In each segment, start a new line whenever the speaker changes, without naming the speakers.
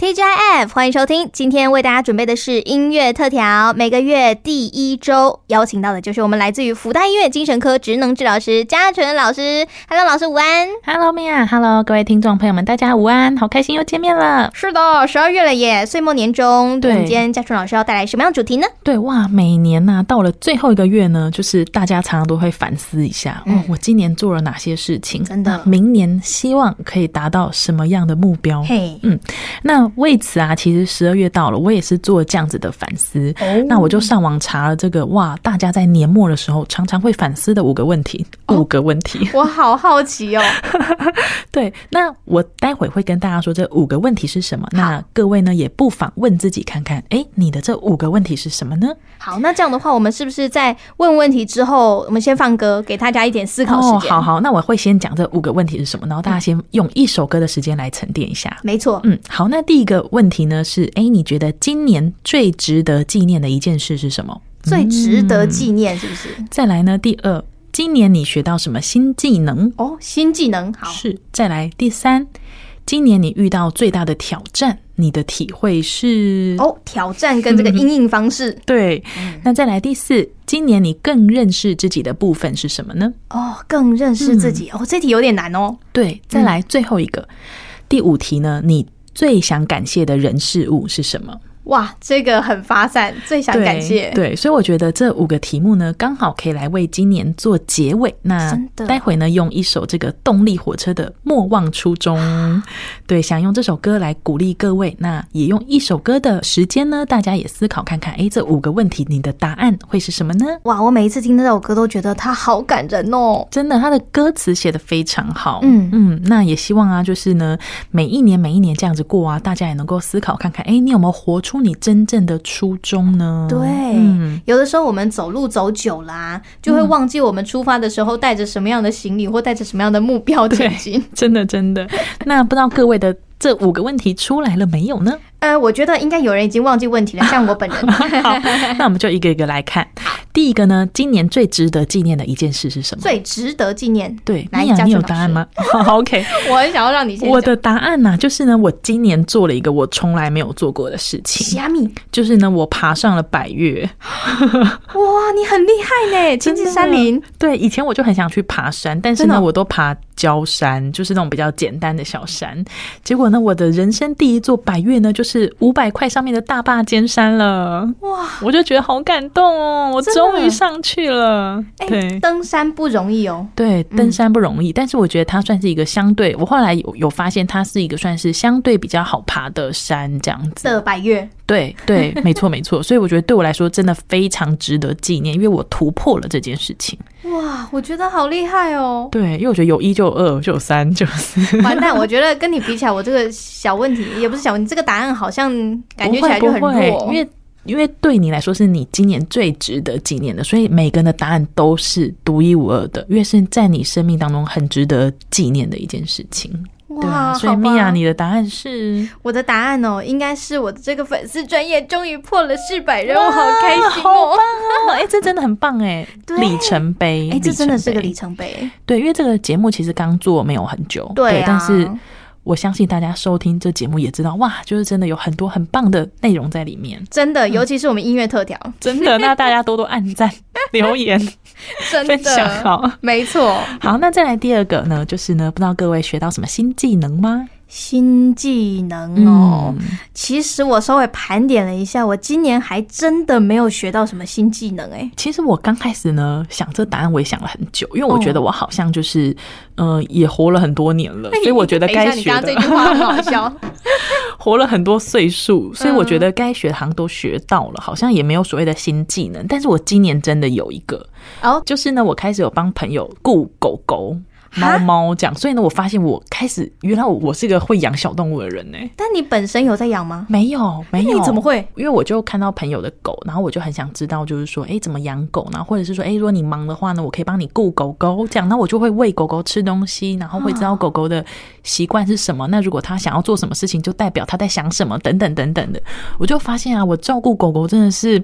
TGIF，欢迎收听。今天为大家准备的是音乐特调，每个月第一周邀请到的就是我们来自于福大音乐精神科职能治疗师嘉纯老师。Hello，老师午安。
Hello Mia，Hello 各位听众朋友们，大家午安，好开心又见面了。
是的，十二月了耶，岁末年终。
对
我们今天嘉纯老师要带来什么样的主题呢？
对哇，每年呐、到了最后一个月呢，就是大家常常都会反思一下，
嗯
哦，我今年做了哪些事情？
真的
那明年希望可以达到什么样的目标？
嘿、
那为此啊，其实十二月到了，我也是做这样子的反思。
哦
那我就上网查了这个哇，大家在年末的时候常常会反思的五个问题，五个问题。
我好好奇哦。
对，那我待会会跟大家说这五个问题是什么。那各位呢，也不妨问自己看看，哎，你的这五个问题是什么呢？
好，那这样的话，我们是不是在问问题之后，我们先放歌，给大家一点思考时间？
哦好好，那我会先讲这五个问题是什么，然后大家先用一首歌的时间来沉淀一下。
没错。
嗯，好，那第一个问题呢是，哎，你觉得今年最值得纪念的一件事是什么？
最值得纪念是不是？
再来呢，第二，今年你学到什么新技能？
哦，新技能好，
是，再来第三，今年你遇到最大的挑战，你的体会是？
哦，挑战 跟这个阴影方式、
对，那再来第四，今年你更认识自己的部分是什么呢？
哦，更认识自己、哦，这题有点难哦。
对，再来最后一个、第五题呢，你最想感谢的人事物是什么？
哇，这个很发散，最想
对
感谢。
对，所以我觉得这五个题目呢，刚好可以来为今年做结尾。那
真的
待会呢，用一首这个动力火车的《莫忘初 衷》，对，想用这首歌来鼓励各位。那也用一首歌的时间呢，大家也思考看看，诶，这五个问题你的答案会是什么呢？
哇，我每一次听这首歌都觉得它好感人哦。
真的，他的歌词写的非常好。
嗯
嗯，那也希望啊，就是呢，每一年每一年这样子过啊，大家也能够思考看看，哎、你有没有活出你真正的初衷呢？
对，
嗯，
有的时候我们走路走久啦、就会忘记我们出发的时候带着什么样的行李或带着什么样的目标前进。
真的真的。那不知道各位的这五个问题出来了没有 呢？
呃，我觉得应该有人已经忘记问题 了，像我本人。
好，那我们就一个一个来看。第一个呢，今年最值得纪念的一件事是什么？
最值得纪念，
对，
来
米娅，
嘉
你
诚
有
老
答案
师
吗 好？OK，
我很想要让你先
我
讲
的答案呢、就是呢，我今年做了一个我从来没有做过的事情，
虾米，
就是呢，我爬上了百越。
哇，你很厉害呢，亲近山林，
对，以前我就很想去爬山，但是
真的
呢，
哦
我都爬郊山，就是那种比较简单的小山。结果呢，我的人生第一座百越呢，就是五百块上面的大坝尖山了。
哇，
我就觉得好感动哦，我
真的
终于上去了。
哎、
对。
登山不容易哦，
对，
嗯
登山不容易，但是我觉得它算是一个相对，我后来有有发现，它是一个算是相对比较好爬的山这样子。
这百越，
对对，没错没错，所以我觉得对我来说真的非常值得纪念，因为我突破了这件事情。
哇，我觉得好厉害哦。
对，因为我觉得有一就有二，就有三，就有四。
完蛋，我觉得跟你比起来，我这个小问题也不是小问题，这个答案好像 感觉起来就很
不
弱，
会不会因为因为对你来说是你今年最值得纪念的，所以每个人的答案都是独一无二的，因为是在你生命当中很值得纪念的一件事情。对
哇，
啊，所
好
以
吧
米娅，你的答案是
我的答案哦，应该是我的这个粉丝专业终于破了四百人，我好开心哦。
哦，哎、这真的很棒哎、
对
里程碑，
哎、这真的是个里
程
程碑，
碑。对，因为这个节目其实刚做没有很久，
对啊
但是。我相信大家收听这节目也知道，哇，就是真的有很多很棒的内容在里面，
真的，尤其是我们音乐特调，
真的。那大家多多按 赞、留言、
真
分享
的，
好。
没错。
好，那再来第二个呢，就是呢，不知道各位学到什么新技能吗？
新技能哦，
嗯
其实我稍微盘点了一下，我今年还真的没有学到什么新技能哎、
其实我刚开始呢想这答案，我也想了很久，因为我
哦
觉得我好像就是，嗯、也活了很多年了，所以我觉得该
等一
学
下你刚刚这句
的
话很好 笑，
活了很多岁数，所以我觉
嗯
得该学的好像都学到了，好像也没有所谓的新技能。但是我今年真的有一个，
哦
就是呢，我开始有帮朋友雇狗狗。
哈
猫猫这样，所以呢，我发现我开始原来我我是个会养小动物的人呢、
但你本身有在养吗？
没有，没有，
你怎么 会？
因为我就看到朋友的狗，然后我就很想知道，就是说，哎，怎么养狗呢？或者是说，哎，如果你忙的话呢，我可以帮你顾狗狗，这样，那我就会喂狗狗吃东西，然后会知道狗狗的呃习惯是什么。那如果它想要做什么事情，就代表它在想什么，等等等等的。我就发现啊，我照顾狗狗真的是。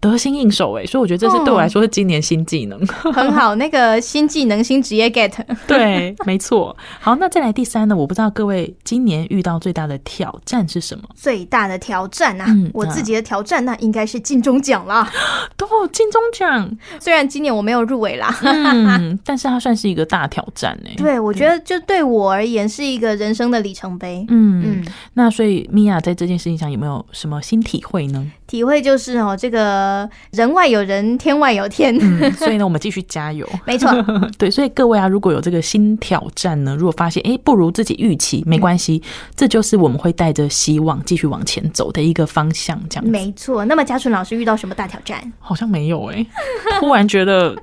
得心应手哎、所以我觉得这是对我来说是今年新技能。
很好，那个新技能、新职业 get，
对，没错。好，那再来第三呢？我不知道各位今年遇到最大的挑战是什么？
最大的挑战啊！
嗯啊
我自己的挑战那应该是金钟奖啦。
都有金钟奖，
虽然今年我没有入围啦，
嗯，但是它算是一个大挑战哎、
对我觉得就对我而言是一个人生的里程碑。
嗯，
嗯，
那所以米娅在这件事情上有没有什么新体会呢？
体会就是哦，这个人外有人，天外有天，
嗯， 所以呢，我们继续加油。
没错，
对，所以各位啊，如果有这个新挑战呢，如果发现诶不如自己预期，没关系，这就是我们会带着希望继续往前走的一个方向。这样子
没错。那么嘉纯老师遇到什么大挑战？
好像没有诶， 突然觉得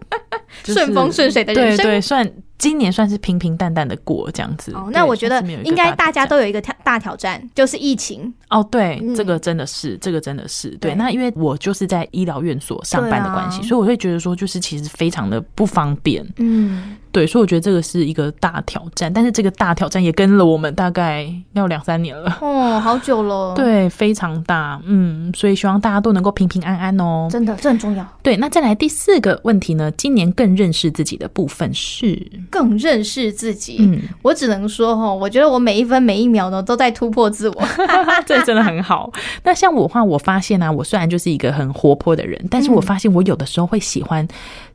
就是
顺风顺水的人
对
生。
对，算今年算是平平淡淡的过这样子。
哦，
对
那我觉得
算是没有一个
应该大
大挑
家
战
都有一个挑大挑战，就是疫情。
哦，对，
嗯
这个真的是，这个真的是对。
对
那因为我就是在医疗院所上班的关系，
对啊
所以我会觉得说，就是其实非常的不方便。
嗯，
对，所以我觉得这个是一个大挑战，但是这个大挑战也跟了我们大概要两三年了。
哦，好久了。，
对，非常大，嗯，所以希望大家都能够平平安安哦。
真的这很重要。
对，那再来第四个问题呢？今年更认识自己的部分是，
更认识自己。
嗯，
我只能说哈，我觉得我每一分每一秒呢都在突破自我。
这真的很好。那像我的话，我发现啊，我虽然就是一个很活泼的人，但是我发现我有的时候会喜欢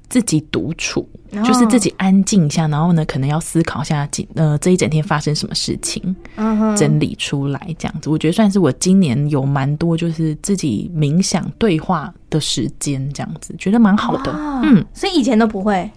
自己独处，就是自己安静一下，然后呢，可能要思考一下今呃这一整天发生什么事情，
嗯哼
整理出来这样子。我觉得算是我今年有蛮多就是自己冥想对话的时间，这样子觉得蛮好的。
啊
嗯，
所以以前都不会。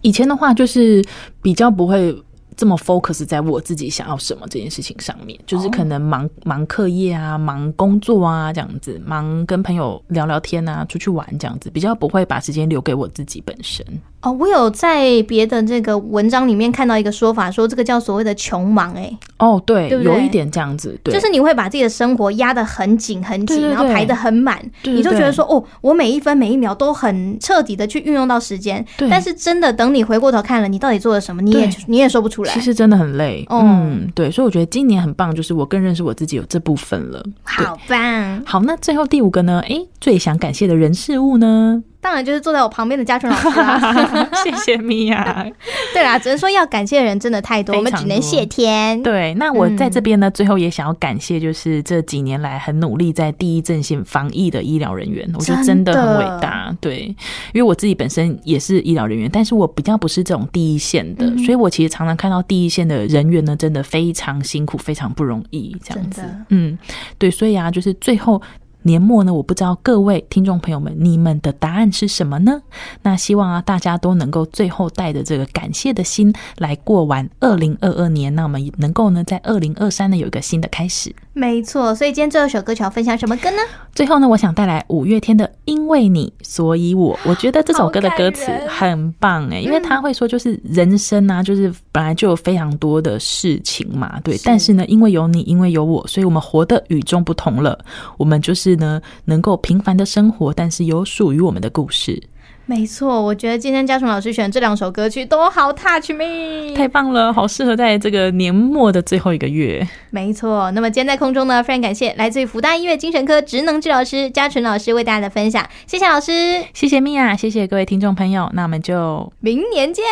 以前的话就是比较不会这么 focus 在我自己想要什么这件事情上面，就是可能忙忙课业啊，忙工作啊这样子，忙跟朋友聊聊天啊，出去玩这样子，比较不会把时间留给我自己本身。
哦，我有在别的这个文章里面看到一个说法，说这个叫所谓的穷忙、欸，
哦，对，
对不对
有一点这样子，对，
就是你会把自己的生活压得很紧很紧，
对对
然后
对
排得很满，
对对
你就觉
对
得说，哦，我每一分每一秒都很彻底的去运用到时间，
对
但是真的等你回过头看了，你到底做了什么，你也
对
你也说不出来
其。实真的很累。
哦
嗯，对，所以我觉得今年很棒，就是我更认识我自己有这部分了。对。
好棒，
好，那最后第五个呢？诶，最想感谢的人事物 呢？
当然就是坐在我旁边的嘉纯老师啦、
谢谢米娅。
对啦，只能说要感谢的人真的太多，
非
我们
常
只能谢天。
对，那我在这边呢，最后也想要感谢，就是这几年来很努力在第一阵线防疫的医疗人员，我觉得真的很伟大。对，因为我自己本身也是医疗人员，但是我比较不是这种第一线的，所以我其实常常看到第一线的人员呢，真的非常辛苦，非常不容易，这样子
真的。
嗯，对，所以啊，就是最后。年末呢，我不知道各位听众朋友们，你们的答案是什么呢？那希望啊，大家都能够最后带着这个感谢的心来过完二零二二年，那我们也能够呢，在二零二三呢有一个新的开始。
没错，所以今天最后一首歌曲要分享什么歌呢？
最后呢，我想带来五月天的《因为你，所以我》。我觉得这首歌的歌词
好感人
很棒欸诶、因为他会说，就是人生啊，就是本来就有非常多的事情嘛，对。
嗯是
但是呢，因为有你，因为有我，所以我们活得与众不同了。我们就是呢，能够平凡的生活，但是有属于我们的故事。
没错，我觉得今天嘉纯老师选这两首歌曲都好 touch me。
太棒了，好适合在这个年末的最后一个月。
没错，那么今天在空中呢，非常感谢来自于福大音乐精神科职能治疗师嘉纯老师为大家的分享，谢谢老师，
谢谢米娅，谢谢各位听众朋友，那我们就
明年见。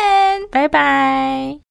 拜拜。